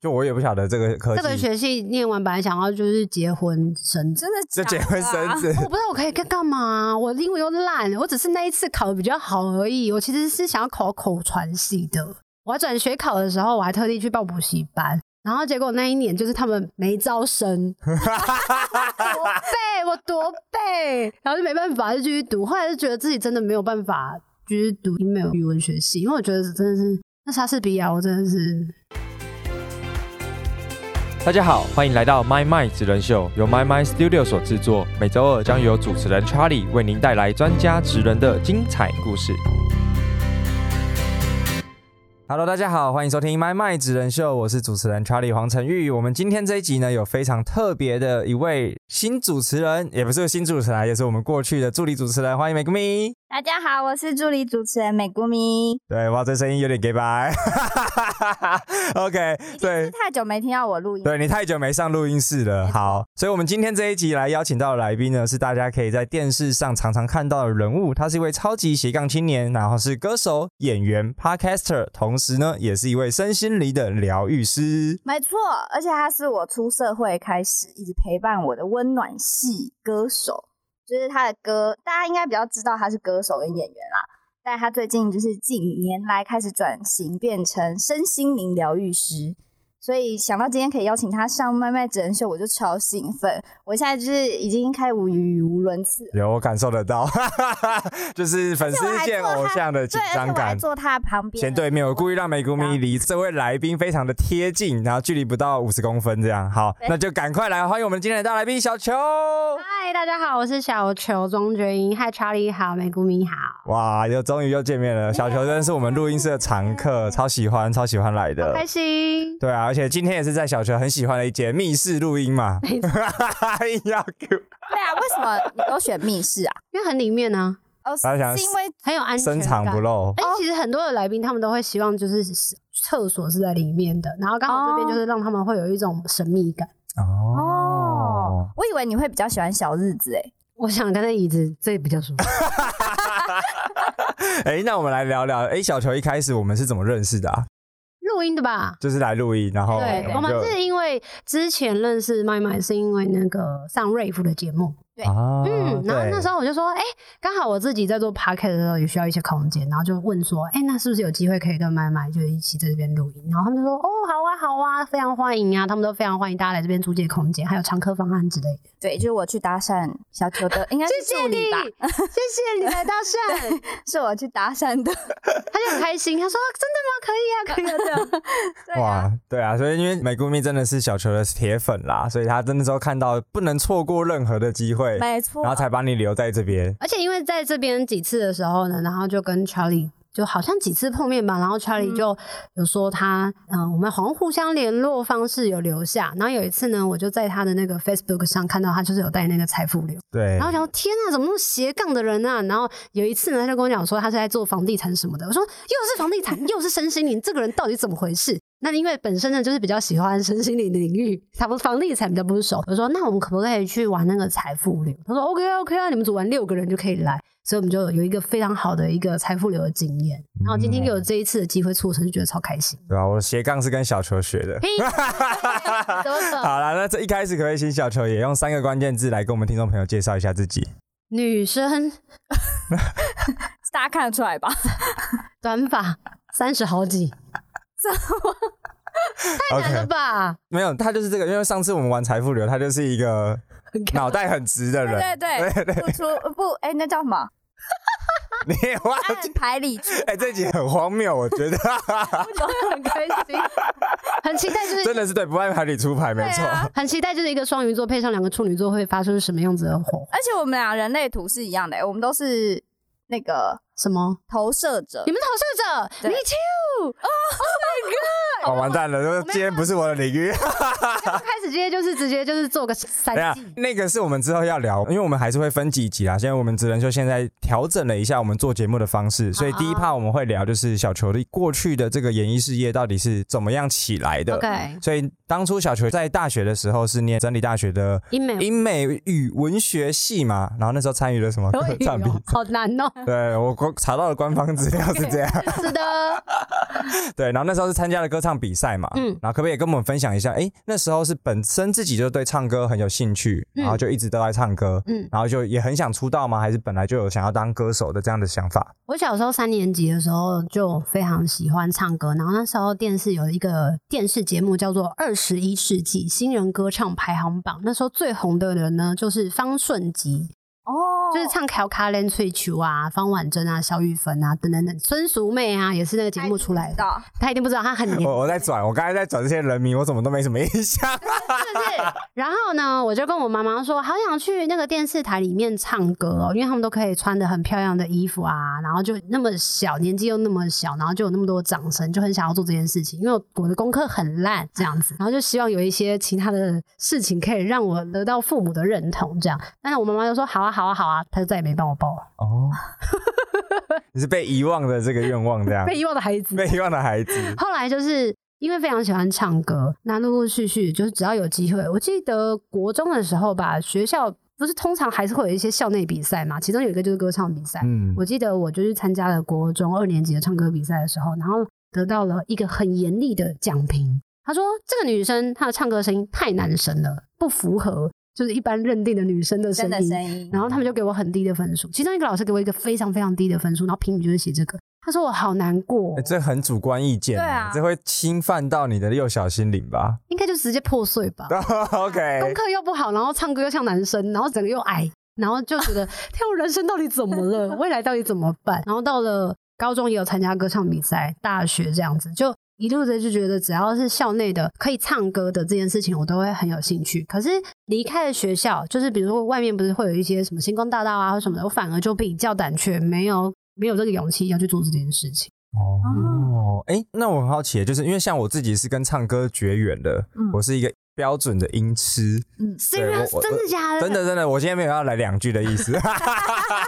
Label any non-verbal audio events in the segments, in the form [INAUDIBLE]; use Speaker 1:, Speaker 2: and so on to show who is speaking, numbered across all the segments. Speaker 1: 就我也不晓得这个科技，
Speaker 2: 这个学系念完，本来想要就是结婚生子，
Speaker 3: 真的
Speaker 1: 这
Speaker 3: 假
Speaker 1: 结
Speaker 3: 的
Speaker 1: 婚
Speaker 3: 啊
Speaker 1: 生子，
Speaker 2: 我不知道我可以干干嘛，啊我英文又烂，我只是那一次考的比较好而已。我其实是想要考口传系的，我还转学考的时候，我还特地去报补习班。然后结果那一年就是他们没
Speaker 1: [LAUGHS]
Speaker 2: 招生，多背我多背，然后就没办法就继续读。后来就觉得自己真的没有办法继续读英美语文学系，因为我觉得真的是那莎士比亚，我真的是
Speaker 4: [LAUGHS] 大家好，欢迎来到 My My 职人秀，由 My My Studio 所制作，每周二将由主持人 Charlie 为您带来专家职人的精彩故事。
Speaker 1: Hello，大家好，欢迎收听《麦麦职人秀》，我是主持人 Charlie 黄晨玉。我们今天这一集呢，有非常特别的一位新主持人，也不是新主持人啊，也是我们过去的助理主持人，欢迎美谷咪。
Speaker 3: 大家好，我是助理主持人美谷咪。
Speaker 1: 对，哇，这声音有点 gay [LAUGHS] 白。OK，
Speaker 3: 已经
Speaker 1: 对
Speaker 3: 是。太久没听到我录音，
Speaker 1: 对你太久没上录音室了，好，所以我们今天这一集来邀请到的来宾呢，是大家可以在电视上常常看到的人物，他是一位超级斜杠青年，然后是歌手、演员、podcaster，同时呢，也是一位身心灵的疗愈师。
Speaker 3: 没错，而且他是我出社会开始一直陪伴我的温暖系歌手，就是他的歌，大家应该比较知道他是歌手跟演员啦。但他最近就是近年来开始转型，变成身心灵疗愈师，所以想到今天可以邀请他上麦麦真人秀，我就超兴奋。我现在就是已经开始语无伦次了，
Speaker 1: 有我感受得到， [LAUGHS] 就是粉丝见偶像的紧
Speaker 3: 对，而且
Speaker 1: 张
Speaker 3: 我还
Speaker 1: 感。
Speaker 3: 坐他旁边，
Speaker 1: 前对面，我故意让美谷咪离这位来宾非常的贴近，然后距离不到五十公分这样。好，
Speaker 3: 对
Speaker 1: 那就赶快来欢迎我们今天的大来宾小球。
Speaker 2: 嗨，大家好，我是小球庄觉英，嗨，Charlie 好，美谷米好，
Speaker 1: 哇，又终于又见面了，小球真的是我们录音室的常客，超喜欢，超喜欢来的。
Speaker 2: 开心。
Speaker 1: 对啊，而且今天也是在小球很喜欢的一间密室录音嘛， [LAUGHS] 硬要 Q，
Speaker 3: 对啊，为什么你都选密室啊？
Speaker 2: 因为很里面呢、
Speaker 3: 哦，
Speaker 1: 大家想
Speaker 3: 是因为
Speaker 2: 很有安全
Speaker 1: 深
Speaker 2: 感。
Speaker 1: 藏不露。
Speaker 2: 哎、其实很多的来宾他们都会希望就是厕所是在里面的，然后刚好这边
Speaker 3: 哦
Speaker 2: 就是让他们会有一种神秘感。
Speaker 1: 哦
Speaker 3: 哦，我以为你会比较喜欢小日子欸诶。
Speaker 2: 我想跟那椅子这比较舒服。
Speaker 1: 哎、那我们来聊聊，哎、小球一开始我们是怎么认识的啊？
Speaker 2: 录音的吧？
Speaker 1: 就是来录音，然后
Speaker 2: 对，我
Speaker 1: 们
Speaker 2: 们
Speaker 1: 就是
Speaker 2: 因为之前认识麦麦是因为那个上瑞夫的节目，
Speaker 3: 对
Speaker 1: 啊，
Speaker 2: 嗯，然后那时
Speaker 1: 候
Speaker 2: 候我就说，哎、刚好我自己在做 podcast 的时候也需要一些空间，然后就问说，哎、那是不是有机会可以跟麦麦就一起在这边录音？然后他们就说，哦，好啊，好啊，非常欢迎啊，他们都非常欢迎大家来这边租借空间，还有常客方案之类的。
Speaker 3: 对，就是我去搭讪小球的，应该
Speaker 2: [LAUGHS]
Speaker 3: 是
Speaker 2: 谢谢
Speaker 3: 助
Speaker 2: 你
Speaker 3: 理吧，，
Speaker 2: 谢谢你来搭讪，
Speaker 3: 是我去搭讪
Speaker 1: [LAUGHS]
Speaker 3: 的。
Speaker 2: 他就很开心，他说真的吗？可以啊，可以啊，这样。
Speaker 3: 对啊，
Speaker 1: 哇，对啊，所以因为美姑咪真的是小球的铁粉啦，所以她真的时候看到不能错过任何的机会，
Speaker 3: 没错
Speaker 1: 然。后才把你留在这边。
Speaker 2: 而且因为在这边几次的时候呢，然后就跟 Charlie 就好像几次碰面吧，然后 Charlie
Speaker 3: 嗯
Speaker 2: 就有说他，嗯、我们好像互相联络方式有留下。然后有一次呢，我就在他的那个 Facebook 上看到他就是有带那个财富流，
Speaker 1: 对，
Speaker 2: 然后我想说天啊，怎么那么斜杠的人啊？然后有一次呢，他就跟我讲说他是在做房地产什么的。我说又是房地产，又是身心灵，这个人到底怎么回事？那因为本身呢就是比较喜欢身心灵的领域，他不房地产比较不熟。我说那我们可不可以去玩那个财富流？他说 OK 啊 OK 啊，你们组玩六个人就可以来。所以我们就有一个非常好的一个财富流的经验。然后今天
Speaker 1: 嗯
Speaker 2: 有这一次的机会促成，就觉得超开心。
Speaker 1: 对吧、啊我的斜杠是跟小球学
Speaker 2: [LAUGHS]
Speaker 1: 的。
Speaker 2: 嘿
Speaker 1: [LAUGHS]
Speaker 2: 怎么可
Speaker 1: 好了，那这一开始可不可以请小球也用三个关键字来跟我们听众朋友介绍一下自己？
Speaker 2: 女生
Speaker 3: 大家看得
Speaker 1: [LAUGHS]
Speaker 3: 出来吧？
Speaker 2: 短发三十好几，太难了
Speaker 1: OK
Speaker 2: 吧？
Speaker 1: 没有，他就是这个，因为上次我们玩财富流，他就是一个脑袋很直的人，
Speaker 3: 对对对，不出不哎，那叫什么？
Speaker 1: 你也忘记？
Speaker 3: [LAUGHS] 按牌理出，
Speaker 1: 哎、这集很荒谬，我觉得 [LAUGHS]
Speaker 2: 很开心，很期待，就是
Speaker 1: 真的是对不按牌理出牌，没错。
Speaker 3: 对啊
Speaker 2: 很期待，就是一个双鱼座配上两个处女座会发出什么样子的火花？
Speaker 3: 而且我们俩人类图是一样的，欸我们都是那个
Speaker 2: 什么？
Speaker 3: 投射者
Speaker 2: 你。们投射者 [LAUGHS]
Speaker 3: 对
Speaker 2: ，Me too！
Speaker 1: 哦，完蛋了，
Speaker 2: 没
Speaker 1: 今天不是我的领域，
Speaker 2: 开始直接就是直接就是做个
Speaker 1: 哎呀
Speaker 2: 三季，，
Speaker 1: 那个是我们之后要聊，因为我们还是会分几集啦。现在我们只能说现在调整了一下我们做节目的方式，所以第一
Speaker 2: 啊
Speaker 1: part 我们会聊就是小球的过去的这个演艺事业到底是怎么样起来的。
Speaker 2: OK
Speaker 1: 所以当初小球在大学的时候是念真理大学的
Speaker 2: 英美
Speaker 1: 英美语文学系嘛，然后那时候参与了什么歌
Speaker 2: 英语
Speaker 1: 唱比
Speaker 2: 哦
Speaker 1: 赛？
Speaker 2: 好难哦。
Speaker 1: 对我官查到了官方资料是这样，
Speaker 2: 是的，
Speaker 1: 对，然后那时候是参加了歌唱比赛嘛，嗯
Speaker 2: 嗯，
Speaker 1: 然后可不可以跟我们分享一下？哎，那时候是本身自己就对唱歌很有兴趣，
Speaker 2: 嗯
Speaker 1: 然后就一直都在唱歌，嗯
Speaker 2: 嗯，
Speaker 1: 然后就也很想出道吗？还是本来就有想要当歌手的这样的想法？
Speaker 2: 我小时候三年级的时候就非常喜欢唱歌，然后那时候电视有一个电视节目叫做《二十一世纪新人歌唱排行榜》，那时候最红的人呢就是方顺吉，
Speaker 3: 哦，
Speaker 2: 就是唱《乔卡连翠球》啊、方婉珍啊、萧玉芬啊等等等，孙淑媚啊也是那个节目出来的，
Speaker 3: 的，
Speaker 2: 他一定不知道，他很年
Speaker 1: 我我在转，我刚才在转这些人名，我怎么都没什么印象。
Speaker 2: 是不是？ [LAUGHS] 然后呢，我就跟我妈妈说，好想去那个电视台里面唱歌哦，因为他们都可以穿的很漂亮的衣服啊，然后就那么小，年纪又那么小，然后就有那么多掌声，就很想要做这件事情。因为我的功课很烂，这样子，然后就希望有一些其他的事情可以让我得到父母的认同，这样。但是我妈妈就说，好啊，好啊，好啊，她就再也没帮我报了。
Speaker 1: 哦， [LAUGHS] 你是被遗忘的这个愿望，这样
Speaker 2: 啊被遗忘的孩子，
Speaker 1: 被遗忘的孩子。
Speaker 2: 后来就是因为非常喜欢唱歌，那陆陆续续就是只要有机会，我记得国中的时候吧，学校不是通常还是会有一些校内比赛嘛，其中有一个就是歌唱比赛。
Speaker 1: 嗯，
Speaker 2: 我记得我就是参加了国中二年级的唱歌比赛的时候，然后得到了一个很严厉的奖评。他说这个女生她的唱歌声音太男生了，不符合就是一般认定的女生的声
Speaker 3: 真的
Speaker 2: 音。
Speaker 3: 声音，
Speaker 2: 然后
Speaker 1: 嗯
Speaker 2: 他们就给我很低的分数，其中一个老师给我一个非常非常低的分数，然后评语就是写这个。他说我好难过哦、
Speaker 1: 哎诶这很主观意见，
Speaker 3: 对啊
Speaker 1: 这会侵犯到你的幼小心灵吧 [LAUGHS]
Speaker 2: 应该就直接破碎吧。功
Speaker 1: ？OK，
Speaker 2: 课又不好，然后唱歌又像男生，然后整个又矮，然后就觉得天啊，我人生到底怎么了？未来到底怎么办？然后到了高中也有参加歌唱比赛，大学这样子就。一路的就觉得，只要是校内的可以唱歌的这件事情，我都会很有兴趣。可是离开了学校，就是比如说外面不是会有一些什么星光大道啊或什么的，我反而就比较胆怯，没有没有这个勇气要去做这件事情。
Speaker 1: 哦，哎、那我很好奇，就是因为像我自己是跟唱歌绝缘的，
Speaker 3: 嗯
Speaker 1: 我是一个标准的音痴，
Speaker 3: 嗯，
Speaker 1: 我
Speaker 2: Serious，
Speaker 1: 我
Speaker 2: 真的假的？
Speaker 1: 真的真的，我今天没有要来两句的意
Speaker 3: [LAUGHS]
Speaker 1: 思，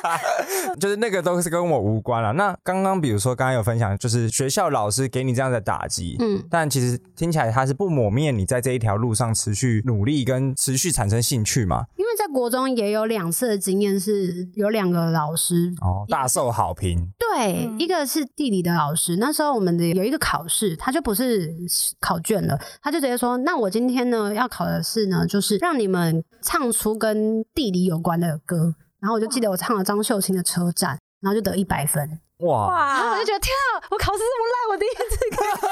Speaker 1: [LAUGHS] 就是那个都是跟我无关了。那刚刚比如说刚刚有分享，就是学校老师给你这样的打击，
Speaker 2: 嗯，
Speaker 1: 但其实听起来他是不抹灭你在这一条路上持续努力跟持续产生兴趣嘛，
Speaker 2: 因为在国中也有两次的经验是，有两个老师
Speaker 1: 哦，大受好评，
Speaker 2: 对，
Speaker 3: 嗯
Speaker 2: 一个是地理的老师，那时候我们的有一个考试，他就不是考卷了，他就直接说：“那我今天呢要考的是呢，就是让你们唱出跟地理有关的歌。”然后我就记得我唱了张秀清的《车站》，然后就得一百分，
Speaker 1: 哇，
Speaker 2: 然后我
Speaker 3: 哇
Speaker 2: 就觉得天啊，我考试这么烂，我第一次 [LAUGHS] 可以，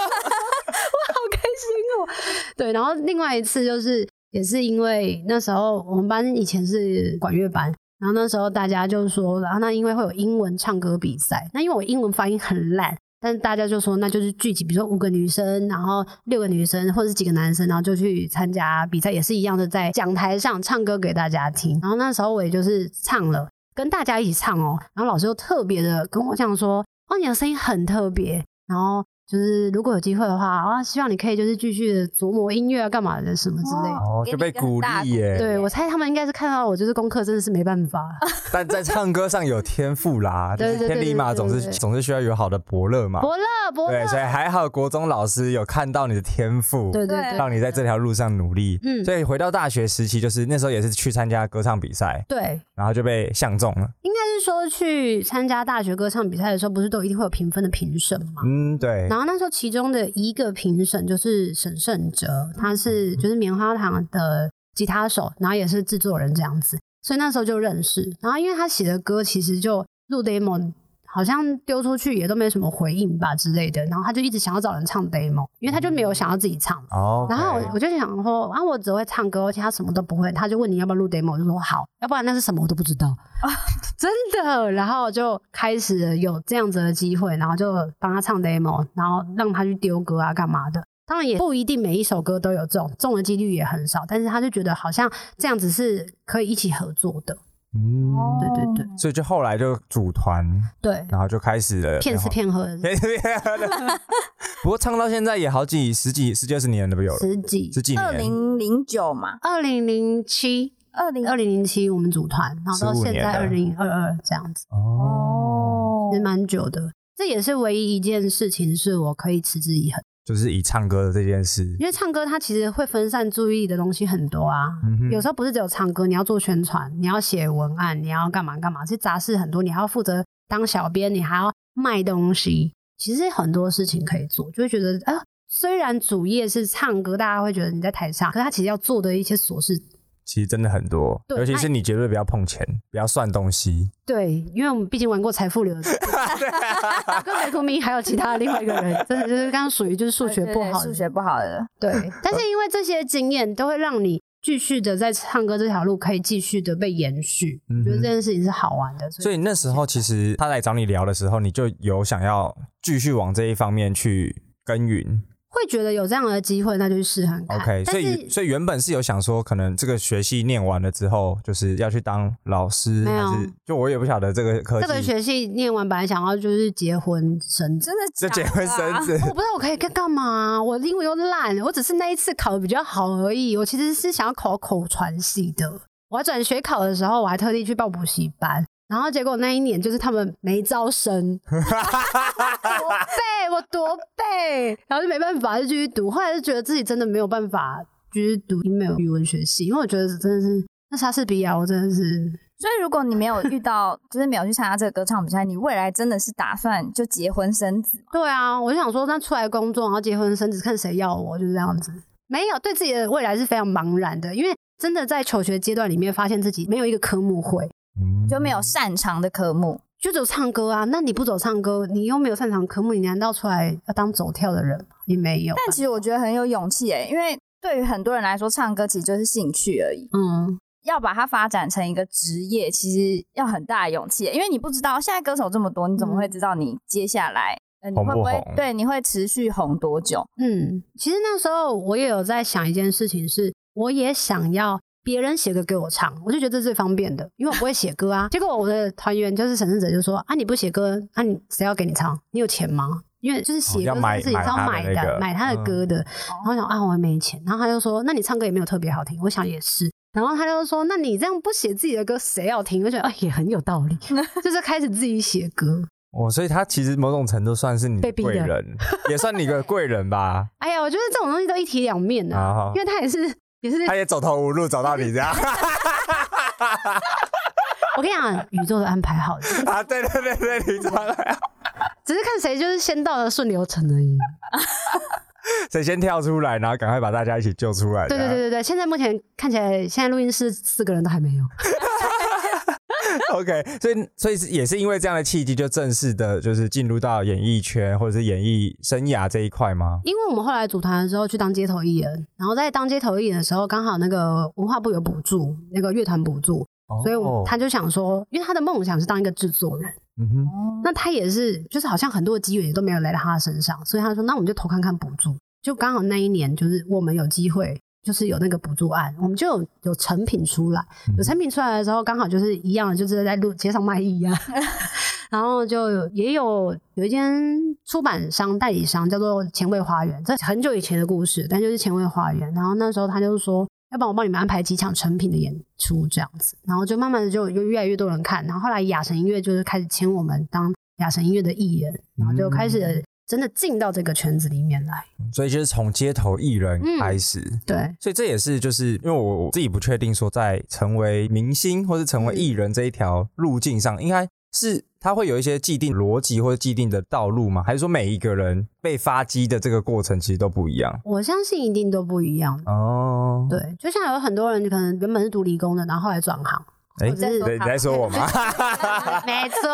Speaker 2: 我好开心哦。对，然后另外一次就是也是因为那时候我们班以前是管乐班。然后那时候大家就说，然后那因为会有英文唱歌比赛，那因为我英文发音很烂，但是大家就说那就是聚集，比如说五个女生，然后六个女生或者是几个男生，然后就去参加比赛，也是一样的，在讲台上唱歌给大家听。然后那时候我也就是唱了，跟大家一起唱哦。然后老师又特别的跟我讲说，哦，你的声音很特别，然后就是如果有机会的话，啊，希望你可以就是继续地琢磨音乐啊，干嘛的什么之类的。
Speaker 1: 哦，
Speaker 3: 给
Speaker 1: 就
Speaker 3: 你
Speaker 1: 被
Speaker 3: 一个很
Speaker 1: 鼓
Speaker 3: 大的
Speaker 1: 励
Speaker 3: 鼓
Speaker 1: 耶，
Speaker 3: 励
Speaker 2: 对，我猜他们应该是看到我就是功课真的是没办法，
Speaker 1: 但在唱歌上有天赋啦，就
Speaker 2: [LAUGHS] 对
Speaker 1: 是
Speaker 2: 对对
Speaker 1: 天理嘛，
Speaker 2: 对对
Speaker 1: 总是
Speaker 2: 对对
Speaker 1: 总是需要有好的伯乐嘛。
Speaker 2: 伯乐伯乐
Speaker 1: 对，，所以还好国中老师有看到你的天赋，
Speaker 2: 对对对
Speaker 3: 对
Speaker 1: 让你在这条路上努力。
Speaker 2: 嗯
Speaker 1: 所以回到大学时期，就是那时候也是去参加歌唱比赛，
Speaker 2: 对，
Speaker 1: 然后就被相中了。
Speaker 2: 应该是说去参加大学歌唱比赛的时候，不是都一定会有评分的评审吗？
Speaker 1: 嗯，对
Speaker 2: 然。后那时候其中的一个评审就是沈胜哲，他
Speaker 1: 嗯
Speaker 2: 是就是棉花糖的吉他手，然后也是制作人这样子，所以那时候就认识。然后因为他写的歌其实就录 demo，好像丢出去也都没什么回应吧之类的，然后他就一直想要找人唱 demo，因为他就
Speaker 1: 嗯
Speaker 2: 没有想要自己唱。
Speaker 1: 哦，
Speaker 2: 然后我我就想说，啊，我只会唱歌，而且他什么都不会。他就问你要不要录 demo，我就说好，要不然那是什么我都不知道，
Speaker 1: 哦
Speaker 2: [LAUGHS] 真的。然后就开始有这样子的机会，然后就帮他唱 demo，然后让他去丢歌啊，干嘛的。当然也不一定每一首歌都有这种中的几率也很少，但是他就觉得好像这样子是可以一起合作的。
Speaker 1: 嗯，
Speaker 2: [LAUGHS] 对对对
Speaker 1: 所以就后来就组团，
Speaker 2: 对，
Speaker 1: 然后就开始了
Speaker 2: 骗吃骗喝的
Speaker 1: 骗吃骗喝的。 [LAUGHS] 不过唱到现在也好几十几十几二十年了，不有了，
Speaker 2: 十几，
Speaker 1: 十几
Speaker 3: 二
Speaker 1: 年，
Speaker 3: 零零九嘛，
Speaker 2: 二零零七。
Speaker 3: 二零
Speaker 2: 二零零七我们组团，然后到
Speaker 1: 15
Speaker 2: 现在二
Speaker 1: 年
Speaker 2: 零二二这样子，
Speaker 1: 哦，
Speaker 2: 也蛮久的。这也是唯一一件事情是我可以持之以恒，
Speaker 1: 就是以唱歌的这件事，
Speaker 2: 因为唱歌它其实会分散注意力的东西很多啊。
Speaker 1: 嗯哼
Speaker 2: 有时候不是只有唱歌，你要做宣传，你要写文案，你要干嘛干嘛，这杂事很多，你还要负责当小编，你还要卖东西，其实很多事情可以做，就会觉得啊、虽然主业是唱歌，大家会觉得你在台上，可是他其实要做的一些琐事，
Speaker 1: 其实真的很多，
Speaker 2: 对
Speaker 1: 尤其是你绝对不要碰钱，不要算东西，
Speaker 2: [LAUGHS] 对，因为我们毕竟玩过财富流的事，跟 [LAUGHS] 雷图明还有其他的另外一个人，真的就是刚刚属于就是数学不好的，
Speaker 3: 啊数学不好的，
Speaker 1: [LAUGHS]
Speaker 2: 对，但是因为这些经验都会让你继续的在唱歌这条路可以继续的被延续，
Speaker 1: 嗯哼
Speaker 2: 我觉得这件事情是好玩的，
Speaker 1: 所以那时候其实他来找你聊的时候，你就有想要继续往这一方面去耕耘。
Speaker 2: 会觉得有这样的机会，那就去试看看。
Speaker 1: OK，所
Speaker 2: 啊但
Speaker 1: 以
Speaker 2: 是
Speaker 1: 所以原本是有想说，可能这个学系念完了之后，就是要去当老师，
Speaker 2: 没有
Speaker 1: 还是就我也不晓得这个科
Speaker 2: 这个
Speaker 1: 技，
Speaker 2: 学系念完，本来想要就是结婚生子。
Speaker 3: 真的
Speaker 1: 就
Speaker 3: 假
Speaker 1: 结
Speaker 3: 的
Speaker 1: 婚生
Speaker 3: 啊
Speaker 2: [LAUGHS]
Speaker 1: 子，
Speaker 2: 我不知道我可以干干嘛，啊我英文又烂，我只是那一次考的比较好而已。我其实是想要考口传系的，我要转学考的时候，我还特地去报补习班，然后结果那一年就是他们没招生，多背我多背，然后就没办法就继续读，后来就觉得自己真的没有办法继续读英美语文学系，因为我觉得真的是那莎士比亚，我真的是
Speaker 3: 所以如果你没有遇到， [LAUGHS] 就是没有去参加这个歌唱比赛，你未来真的是打算就结婚生子吗？
Speaker 2: 对啊，我就想说，那出来工作，然后结婚生子，看谁要我，就是这样子。没有对自己的未来是非常茫然的，因为真的在求学阶段里面，发现自己没有一个科目会，
Speaker 1: 嗯
Speaker 3: 就没有擅长的科目，
Speaker 2: 就只有唱歌啊。那你不走唱歌，你又没有擅长科目，你难道出来要当走跳的人吗？也没有。
Speaker 3: 但其实我觉得很有勇气诶、因为对于很多人来说，唱歌其实就是兴趣而已。
Speaker 2: 嗯，
Speaker 3: 要把它发展成一个职业，其实要很大的勇气，因为你不知道现在歌手这么多，你
Speaker 2: 嗯
Speaker 3: 怎么会知道你接下来、呃、你
Speaker 1: 红
Speaker 3: 会
Speaker 1: 不
Speaker 3: 会
Speaker 1: 红
Speaker 3: 对你会持续红多
Speaker 2: [LAUGHS]
Speaker 3: 久？
Speaker 2: 嗯，其实那时候我也有在想一件事情是，我也想要别人写歌给我唱，我就觉得这是最方便的，因为我不会写歌啊。结果我的团员就是审视者就说：“啊，你不写歌，啊你谁要给你唱？你有钱吗？”因为就是写
Speaker 1: 哦要
Speaker 2: 歌
Speaker 1: 买
Speaker 2: 是你是
Speaker 1: 买
Speaker 2: 要
Speaker 1: 他
Speaker 2: 买
Speaker 1: 的
Speaker 2: 的，
Speaker 1: 那个嗯
Speaker 2: 买他的歌的。然后我想啊，我没钱。然后他就说：“那你唱歌也没有特别好听。”我想也是。然后他就说：“那你这样不写自己的歌，谁要听？”我觉得啊，也很有道
Speaker 1: [LAUGHS]
Speaker 2: 理，就是开始自己写歌。
Speaker 1: 哦，所以他其实某种程度算是你的
Speaker 2: 被逼的
Speaker 1: 贵人，也算你的贵人
Speaker 2: [LAUGHS]
Speaker 1: 吧。
Speaker 2: 哎呀，我觉得这种东西都一体两面的、
Speaker 1: 好好
Speaker 2: 啊因为他也是也是
Speaker 1: 他也走投无路找到你这样
Speaker 2: 我跟你讲，宇宙的安排好的，
Speaker 1: 啊？对对对对，你知 [LAUGHS] 道了，
Speaker 2: 只是看谁就是先到了顺流程而已。
Speaker 1: 谁先跳出来，然后赶快把大家一起救出来。
Speaker 2: 对对对对对，现在目前看起来，现在录音室四个人都还没有。
Speaker 1: OK，所以所以是也是因为这样的契机，就正式的就是进入到演艺圈或者是演艺生涯这一块吗？
Speaker 2: 因为我们后来组团的时候去当街头艺人，然后在当街头艺人的时候，刚好那个文化部有补助，那个乐团补助，所以我
Speaker 1: 哦
Speaker 2: 他就想说，因为他的梦想是当一个制作人，
Speaker 1: 嗯哼，
Speaker 3: 哦，
Speaker 2: 那他也是就是好像很多的机缘也都没有来到他的身上，所以他说那我们就投看看补助，就刚好那一年就是我们有机会。就是有那个补助案，我们就有有成品出来，有产品出来的时候，刚好就是一样，就是在路街上卖艺啊。然后就有也有有一间出版商代理商叫做前卫花园，这很久以前的故事，但就是前卫花园。然后那时候他就说，要不然我帮你们安排几场成品的演出这样子。然后就慢慢的就有越来越多人看。然后后来雅神音乐就是开始签我们当雅神音乐的艺人，然后就开始真的进到这个圈子里面来。
Speaker 1: 所以就是从街头艺人开始。
Speaker 2: 对，
Speaker 1: 所以这也是，就是因为我我自己不确定说，在成为明星或是成为艺人这一条路径上，应该是他会有一些既定逻辑或者既定的道路吗？还是说每一个人被发迹的这个过程其实都不一样？
Speaker 2: 我相信一定都不一样。
Speaker 1: 哦，
Speaker 2: 对，就像有很多人可能原本是读理工的，然后后来转行。
Speaker 1: 哎，
Speaker 2: 我在说
Speaker 1: 对你
Speaker 3: 他
Speaker 1: 在说我吗？
Speaker 2: 没错，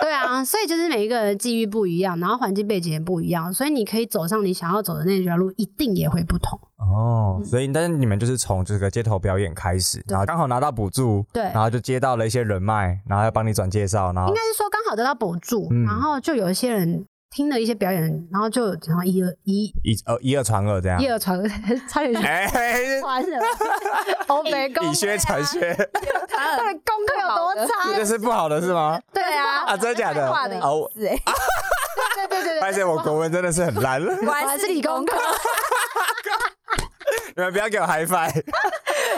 Speaker 2: 对啊，所以就是每一个人的际遇不一样，然后环境背景也不一样，所以你可以走上你想要走的那条路，一定也会不同。
Speaker 1: [LAUGHS] 哦，所以但是你们就是从这个街头表演开始，然后刚好拿到补助，
Speaker 2: 对
Speaker 1: 然后就接到了一些人脉，然后要帮你转介绍，然后
Speaker 2: 应该是说刚好得到补助，
Speaker 1: 嗯
Speaker 2: 然后就有一些人听了一些表演，然后就然后一二一
Speaker 1: 以呃以讹传讹这样
Speaker 2: 一。二传，差点
Speaker 1: [LAUGHS] 哎，
Speaker 2: 传了，欧美功
Speaker 1: 以学
Speaker 2: 啊
Speaker 1: 传学，
Speaker 3: 他
Speaker 2: 到底功课有多
Speaker 1: [LAUGHS]
Speaker 2: 差？
Speaker 1: 这是不好的是吗？
Speaker 2: 对啊，
Speaker 1: 啊，真的假的？
Speaker 3: 话的意
Speaker 1: 啊，我
Speaker 3: 思哎，
Speaker 2: 对对对对，
Speaker 1: 发现我国文真的是很烂
Speaker 3: [LAUGHS]
Speaker 1: 了， [LAUGHS]
Speaker 2: 果然是理工科。
Speaker 1: 你们不要给我 high
Speaker 2: [LAUGHS]
Speaker 1: five。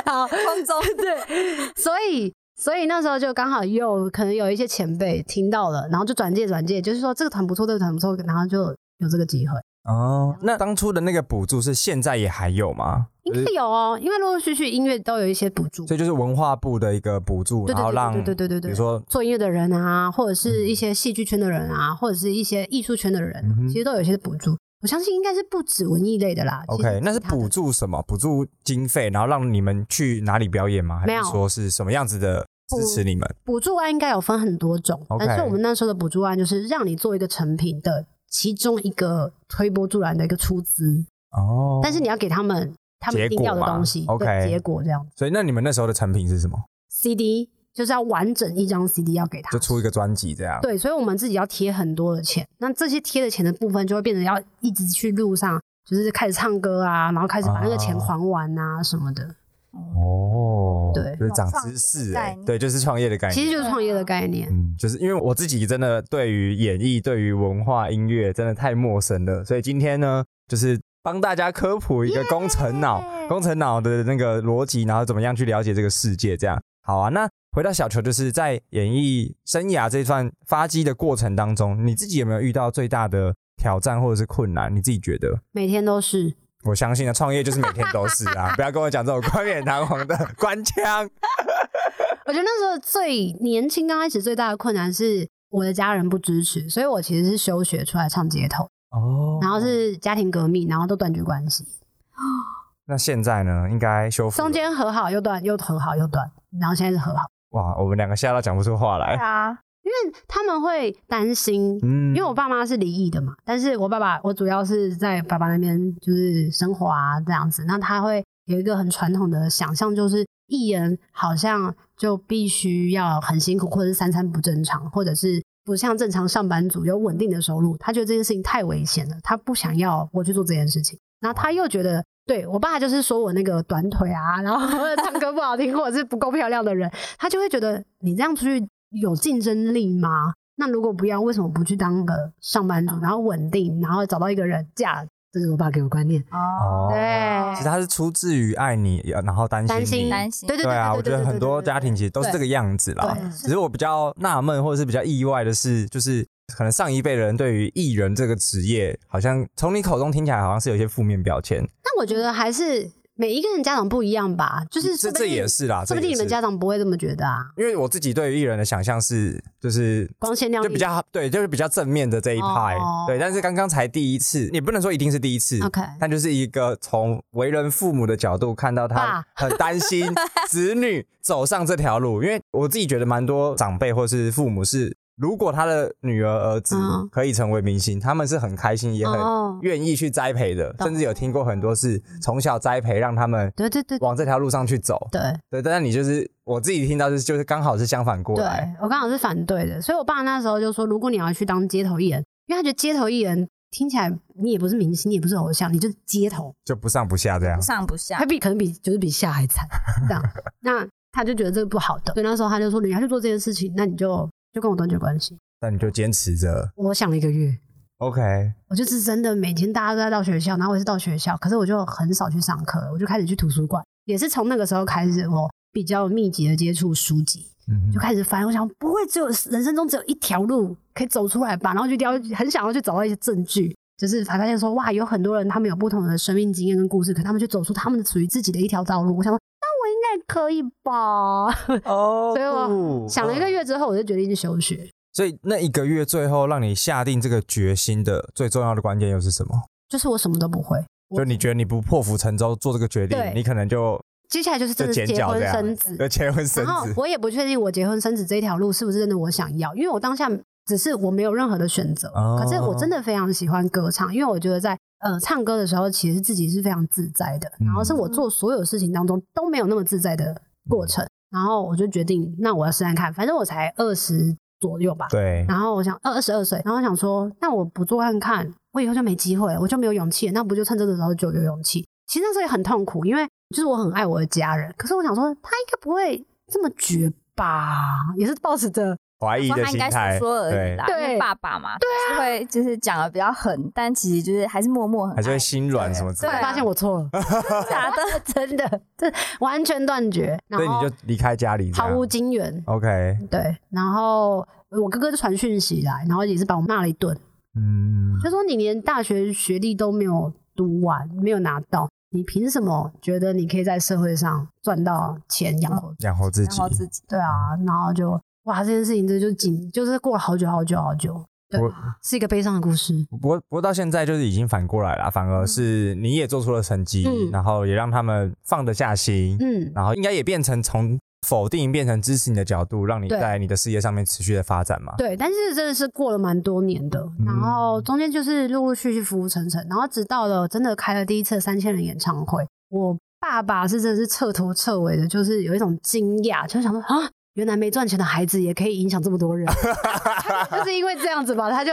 Speaker 2: 哦好，
Speaker 3: 空 [LAUGHS] 中
Speaker 2: [LAUGHS] 所以所以那时候就刚好又可能有一些前辈听到了，然后就转介转介，就是说这个团不错，这个团不错，然后就有这个机会，
Speaker 1: 哦，那当初的那个补助是现在也还有吗？
Speaker 2: 应该有哦，因为陆陆续续音乐都有一些补助
Speaker 1: 呃所，以就是文化部的一个补助，
Speaker 2: 对对
Speaker 1: 然后让
Speaker 2: 对对对对对对
Speaker 1: 比如说
Speaker 2: 做音乐的人啊，或者是一些戏剧圈的人啊，或者是一些艺术圈的人
Speaker 1: 嗯
Speaker 2: 啊，
Speaker 1: 哼
Speaker 2: 其实都有一些补助。我相信应该是不止文艺类的啦。其实
Speaker 1: OK，那是
Speaker 2: 其他的
Speaker 1: 补助什么？补助经费，然后让你们去哪里表演吗？还
Speaker 2: 没有
Speaker 1: 是说是什么样子的支持你们？
Speaker 2: 补助案应该有分很多种
Speaker 1: OK
Speaker 2: 但是我们那时候的补助案就是让你做一个成品的其中一个推波助澜的一个出资，
Speaker 1: 哦，
Speaker 2: 但是你要给他们他们一定要的东西
Speaker 1: 结果嘛
Speaker 2: 对
Speaker 1: OK
Speaker 2: 结果这样
Speaker 1: 所以那你们那时候的成品是什么？
Speaker 2: CD 就是要完整一张 CD 要给他
Speaker 1: 就，出一个专辑这样。，
Speaker 2: 对，所以我们自己要贴很多的钱，那这些贴的钱的部分就会变成要一直去路上，就是开始唱歌啊，然后开始把那个钱还完啊什么的，
Speaker 1: 哦，
Speaker 2: 对
Speaker 1: 就是长知识
Speaker 3: 创业的概
Speaker 1: 哎、
Speaker 3: 念
Speaker 1: 对，就是创业的概念。
Speaker 2: 其实就是创业的概念。
Speaker 1: 嗯，就是因为我自己真的对于演艺、对于文化音乐真的太陌生了，所以今天呢，就是帮大家科普一个工程脑、工程脑的那个逻辑，然后怎么样去了解这个世界。这样好啊。那回到小球，就是在演艺生涯这段发迹的过程当中，你自己有没有遇到最大的挑战或者是困难？你自己觉得？
Speaker 2: 每天都是，
Speaker 1: 我相信啊，创业就是每天都是啊，不要跟我讲这种 [LAUGHS] 冠冕堂皇的官腔。
Speaker 2: 我觉得那时候最年轻刚开始最大的困难是我的家人不支持，所以我其实是休学出来唱街头，
Speaker 1: 哦
Speaker 2: 然后是家庭革命，然后都断绝关系，
Speaker 1: 那现在呢，应该修复了
Speaker 2: 中间和好又断，又和好又断，然后现在是和好，
Speaker 1: 哇，我们两个吓到讲不出话
Speaker 3: 对
Speaker 1: 来。
Speaker 3: 啊，
Speaker 2: 因为他们会担心，
Speaker 1: 嗯
Speaker 2: 因为我爸妈是离异的嘛，但是我爸爸我主要是在爸爸那边就是生活啊这样子，那他会有一个很传统的想象，就是艺人好像就必须要很辛苦，或者是三餐不正常，或者是不像正常上班族有稳定的收入，他觉得这件事情太危险了，他不想要我去做这件事情，然后他又觉得。对我爸就是说我那个短腿啊，然后 [LAUGHS] 或者唱歌不好听，或者是不够漂亮的人，他就会觉得你这样出去有竞争力吗？那如果不要，为什么不去当个上班族，然后稳定，然后找到一个人嫁？这是我爸给我观念。
Speaker 1: 哦
Speaker 3: 哦，
Speaker 1: 其实他是出自于爱你，然后担心
Speaker 2: 担心
Speaker 1: 你。
Speaker 3: 担心
Speaker 2: 对对
Speaker 1: 对啊，我觉
Speaker 2: 对对
Speaker 1: 得
Speaker 2: 对
Speaker 1: 很多
Speaker 2: 对对对
Speaker 1: 家庭其实都是这个样子啦
Speaker 2: 对。
Speaker 1: 只是我比较纳闷或者是比较意外的是，就是可能上一辈的人对于艺人这个职业，好像从你口中听起来好像是有一些负面标签。
Speaker 2: 那我觉得还是每一个人家长不一样吧，就是
Speaker 1: 嗯这
Speaker 2: 说不
Speaker 1: 这
Speaker 2: 定
Speaker 1: 也，是啦，
Speaker 2: 说不
Speaker 1: 这
Speaker 2: 定
Speaker 1: 也
Speaker 2: 你们
Speaker 1: 是
Speaker 2: 家长不会这么觉得啊。
Speaker 1: 因为我自己对于艺人的想象是，就是
Speaker 2: 光鲜亮丽
Speaker 1: 就比较对，就是比较正面的这一派。
Speaker 2: 哦
Speaker 1: 对，但是刚刚才第一次，也不能说一定是第一次
Speaker 2: OK
Speaker 1: 但就是一个从为人父母的角度看到他
Speaker 2: 爸
Speaker 1: 很担
Speaker 2: [LAUGHS]
Speaker 1: 心子女走上这条路，因为我自己觉得蛮多长辈或是父母是。如果他的女儿、儿子
Speaker 2: 嗯
Speaker 1: 可以成为明星，他们是很开心，也很
Speaker 2: 哦
Speaker 1: 愿意去栽培的，甚至有听过很多是从小栽培，让他们
Speaker 2: 对对对
Speaker 1: 往这条路上去走。
Speaker 2: 对
Speaker 1: 对，但是你就是我自己听到就是就是刚好是相反过
Speaker 2: 对
Speaker 1: 来，，
Speaker 2: 我刚好是反对的，所以我爸那时候就说，如果你要去当街头艺人，因为他觉得街头艺人听起来你也不是明星，你也不是偶像，你就是街头，
Speaker 1: 就不上不下这样
Speaker 3: 不。上不下
Speaker 2: 他，比可能比就是比下还惨这样。那他就觉得这个不好的，所以那时候他就说，你要去做这件事情，那你就就跟我断绝关系。
Speaker 1: 但你就坚持着
Speaker 2: 我想了一个月，
Speaker 1: ，OK，嗯
Speaker 2: 我就是真的每天大家都在到学校，然后我也是到学校，可是我就很少去上课了，我就开始去图书馆。也是从那个时候开始，我比较密集的接触书籍，
Speaker 1: 嗯
Speaker 2: 就开始翻。我想，不会只有人生中只有一条路可以走出来吧？然后就一定要很想要去找到一些证据，就是才发现说，哇，有很多人他们有不同的生命经验跟故事，可他们就走出他们属于自己的一条道路。我想说，那我应该可以吧？
Speaker 1: 哦
Speaker 2: 所以我想了一个，
Speaker 1: 酷
Speaker 2: 月之后，我就决定去休学。
Speaker 1: 所以那一个月最后让你下定这个决心的最重要的关键又是什么？
Speaker 2: 就是我什么都不会，我
Speaker 1: 就你觉得你不破釜沉舟做这个决定，
Speaker 2: 对
Speaker 1: 你可能就
Speaker 2: 接下来就是真
Speaker 1: 就
Speaker 2: 的
Speaker 1: 剪
Speaker 2: 结
Speaker 1: 脚
Speaker 2: 婚
Speaker 1: 这样，
Speaker 2: 生子，
Speaker 1: 就结婚生
Speaker 2: 然后
Speaker 1: 子，
Speaker 2: 我也不确定我结婚生子这一条路是不是真的我想要，因为我当下只是我没有任何的选择。
Speaker 1: 哦
Speaker 2: 可是我真的非常喜欢歌唱，因为我觉得在呃唱歌的时候，其实自己是非常自在的，
Speaker 1: 嗯
Speaker 2: 然后是我做所有事情当中都没有那么自在的过程。然后我就决定，那我要试试看，反正我才二十左右吧。
Speaker 1: 对，
Speaker 2: 然后我想呃二二十二岁，然后我想说，那我不做看看，我以后就没机会，我就没有勇气了，那不就趁这个时候就有勇气？其实那时候也很痛苦，因为就是我很爱我的家人，可是我想说，他应该不会这么绝吧？也是抱持着
Speaker 1: 怀疑
Speaker 3: 说
Speaker 1: 的
Speaker 3: 他应
Speaker 1: 心
Speaker 3: 该
Speaker 1: 态，
Speaker 3: 是说而已
Speaker 1: 对，
Speaker 3: 啦，
Speaker 2: 对
Speaker 3: 因为爸爸嘛，对，会就是讲的比较狠，但其实就是还是默默很
Speaker 1: 还是
Speaker 3: 爱
Speaker 1: 会心软什么之类
Speaker 3: 对
Speaker 1: 的，
Speaker 3: 啊
Speaker 2: 哎发现我错
Speaker 1: [LAUGHS]
Speaker 2: 了，
Speaker 3: 假的，
Speaker 2: 真的，这完全断绝，然
Speaker 1: 所以
Speaker 2: 后
Speaker 1: 你就离开家里这
Speaker 2: 毫
Speaker 1: 样，
Speaker 2: 无金援。
Speaker 1: OK，
Speaker 2: 对，然后我哥哥就传讯息来，然后也是把我骂了一顿，
Speaker 1: 嗯，
Speaker 2: 就说你连大学学历都没有读完，没有拿到，你凭什么觉得你可以在社会上赚到钱养活？
Speaker 1: 养活自
Speaker 3: 然
Speaker 1: 己
Speaker 3: 后，自己
Speaker 2: 对啊，然后就哇，这件事情这就紧，就是过了好久好久好久，对啊
Speaker 1: 我
Speaker 2: 是一个悲伤的故事。
Speaker 1: 不过，不过到现在就是已经反过来了，反而是你也做出了成绩，
Speaker 2: 嗯
Speaker 1: 然后也让他们放得下心，
Speaker 2: 嗯，
Speaker 1: 然后应该也变成从否定变成支持你的角度，让你
Speaker 2: 对
Speaker 1: 在你的事业上面持续的发展嘛。
Speaker 2: 对，但是真的是过了蛮多年的，然后中间就是陆陆续续浮浮沉沉，然后直到了真的开了第一次三千人演唱会，我爸爸是真的是彻头彻尾的，就是有一种惊讶，就想说啊，原来没赚钱的孩子也可以影响这么多人，就是因为这样子吧，他就。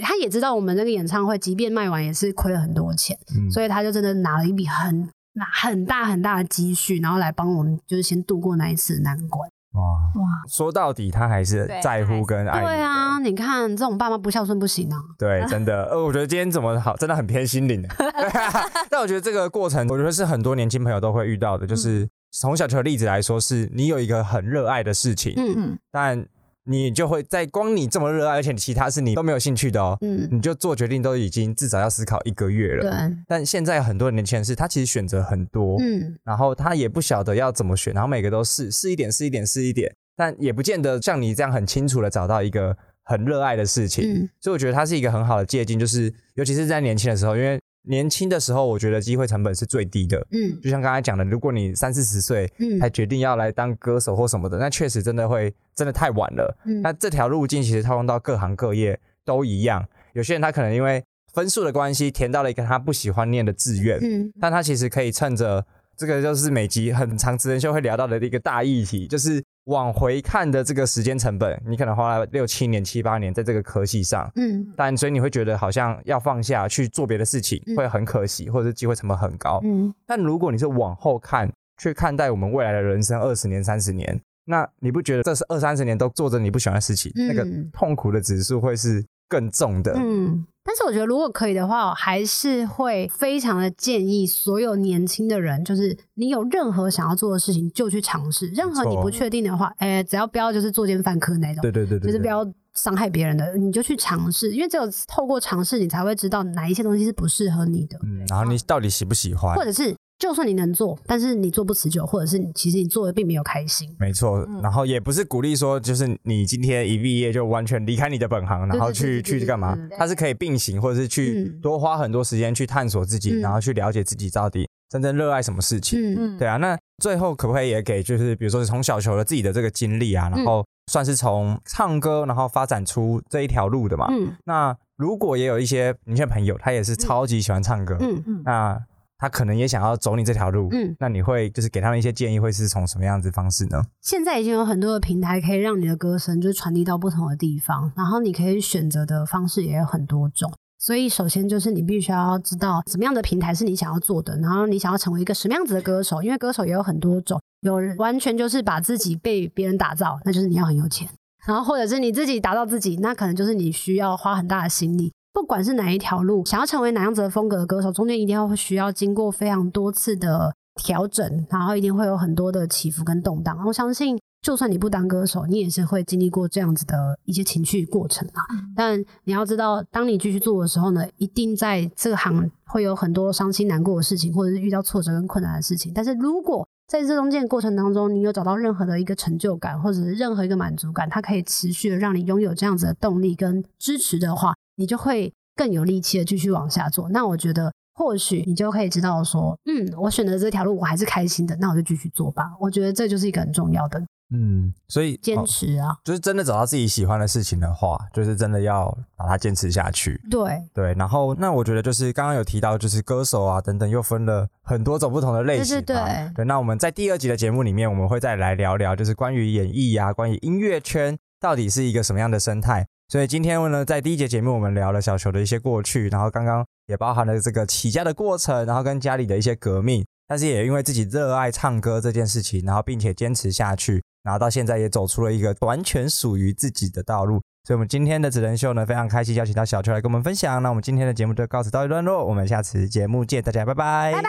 Speaker 2: 他也知道我们那个演唱会，即便卖完也是亏了很多钱，
Speaker 1: 嗯
Speaker 2: 所以他就真的拿了一笔很拿很大很大的积蓄，然后来帮我们就是先度过那一次难关。
Speaker 1: 哇，
Speaker 3: 哇，
Speaker 1: 说到底，他还是
Speaker 3: 对
Speaker 1: 在乎跟爱你
Speaker 2: 对
Speaker 1: 的
Speaker 2: 啊，你看这种爸妈不孝顺不行啊。
Speaker 1: 对，真的，呃，我觉得今天怎么好，真的很偏心
Speaker 2: [LAUGHS]
Speaker 1: 灵。欸 [LAUGHS] 但我觉得这个过程，我觉得是很多年轻朋友都会遇到的，
Speaker 2: 嗯
Speaker 1: 就是从小球的例子来说，是你有一个很热爱的事情，
Speaker 2: 嗯
Speaker 3: 嗯，
Speaker 1: 但你就会在光你这么热爱，而且其他事你都没有兴趣的哦，
Speaker 2: 嗯，
Speaker 1: 你就做决定都已经至少要思考一个月
Speaker 2: 对
Speaker 1: 了。，但现在很多年轻人是他其实选择很多，
Speaker 2: 嗯
Speaker 1: 然后他也不晓得要怎么选，然后每个都试试一点，试一点，试一点，但也不见得像你这样很清楚的找到一个很热爱的事情。
Speaker 2: 嗯
Speaker 1: 所以我觉得它是一个很好的借鉴，就是尤其是在年轻的时候，因为年轻的时候，我觉得机会成本是最低的。
Speaker 2: 嗯
Speaker 1: 就像刚才讲的，如果你三四十岁
Speaker 2: 嗯
Speaker 1: 才决定要来当歌手或什么的，那确实真的会真的太晚了。
Speaker 2: 嗯
Speaker 1: 那这条路径其实套用到各行各业都一样，有些人他可能因为分数的关系填到了一个他不喜欢念的志愿，
Speaker 2: 嗯
Speaker 1: 但他其实可以趁着这个就是每集很长职人秀会聊到的一个大议题，就是往回看的这个时间成本，你可能花了六七年、七八年在这个科系上，
Speaker 2: 嗯
Speaker 1: 但所以你会觉得好像要放下去做别的事情
Speaker 2: 嗯
Speaker 1: 会很可惜，或者是机会成本很高。
Speaker 2: 嗯
Speaker 1: 但如果你是往后看，去看待我们未来的人生二十年、三十年，那你不觉得这是二三十年都做着你不喜欢的事情，
Speaker 2: 嗯
Speaker 1: 那个痛苦的指数会是更重的？
Speaker 2: 嗯。但是我觉得，如果可以的话，我还是会非常的建议所有年轻的人，就是你有任何想要做的事情就去尝试，任
Speaker 1: 没
Speaker 2: 何
Speaker 1: 错
Speaker 2: 你不确定的话，哎、只要不要就是作奸犯科那种
Speaker 1: 对，对对对对，
Speaker 2: 就是不要伤害别人的，你就去尝试，因为只有透过尝试，你才会知道哪一些东西是不适合你的，
Speaker 1: 嗯，然后你到底喜不喜欢
Speaker 2: 啊或？者是就算你能做，但是你做不持久，或者是你其实你做的并没有开心。
Speaker 1: 没错，
Speaker 3: 嗯
Speaker 1: 然后也不是鼓励说，就是你今天一毕业就完全离开你的本行，然后去
Speaker 2: 对对对嗯
Speaker 1: 去干嘛
Speaker 2: 对对？
Speaker 3: 对
Speaker 1: 它是可以并行，或者是去
Speaker 2: 嗯
Speaker 1: 多花很多时间去探索自己，
Speaker 2: 嗯
Speaker 1: 然后去了解自己到底真正热爱什么事情。
Speaker 2: 嗯
Speaker 3: 嗯
Speaker 1: 对啊，那最后可不可以也给就是比如说是从小球的自己的这个经历啊，然
Speaker 2: 嗯
Speaker 1: 后算是从唱歌然后发展出这一条路的嘛？
Speaker 2: 嗯
Speaker 1: 那如果也有一些你些朋友，他也是超级喜欢唱歌，
Speaker 2: 嗯
Speaker 3: 嗯，
Speaker 1: 那他可能也想要走你这条路，
Speaker 2: 嗯，
Speaker 1: 那你会就是给他们一些建议，会是从什么样子方式呢？
Speaker 2: 现在已经有很多的平台可以让你的歌声就是传递到不同的地方，然后你可以选择的方式也有很多种。所以，首先就是你必须要知道什么样的平台是你想要做的，然后你想要成为一个什么样子的歌手，因为歌手也有很多种，有人完全就是把自己被别人打造，那就是你要很有钱，然后或者是你自己打造自己，那可能就是你需要花很大的心力。不管是哪一条路，想要成为哪样子的风格的歌手，中间一定要需要经过非常多次的调整，然后一定会有很多的起伏跟动荡。我相信，就算你不当歌手，你也是会经历过这样子的一些情绪过程啊。但你要知道，当你继续做的时候呢，一定在这行会有很多伤心难过的事情，或者是遇到挫折跟困难的事情。但是如果在这中间的过程当中，你有找到任何的一个成就感，或者是任何一个满足感，它可以持续的让你拥有这样子的动力跟支持的话，你就会更有力气的继续往下做。那我觉得，或许你就可以知道说，嗯，我选择这条路我还是开心的，那我就继续做吧。我觉得这就是一个很重要的
Speaker 1: 嗯，所以
Speaker 2: 坚
Speaker 1: 哦
Speaker 2: 持啊，
Speaker 1: 就是真的找到自己喜欢的事情的话，就是真的要把它坚持下去。
Speaker 2: 对，
Speaker 1: 对，然后那我觉得就是刚刚有提到，就是歌手啊等等，又分了很多种不同的类型嘛。
Speaker 2: 对对对
Speaker 1: 那我们在第二集的节目里面，我们会再来聊聊，就是关于演艺啊，关于音乐圈到底是一个什么样的生态。所以今天呢，在第一节节目我们聊了小球的一些过去，然后刚刚也包含了这个起家的过程，然后跟家里的一些革命，但是也因为自己热爱唱歌这件事情，然后并且坚持下去，然后到现在也走出了一个完全属于自己的道路。所以，我们今天的职人秀呢，非常开心邀请到小秋来跟我们分享。那我们今天的节目就告此到一段落，我们下次节目见，大家拜拜，
Speaker 2: 拜拜。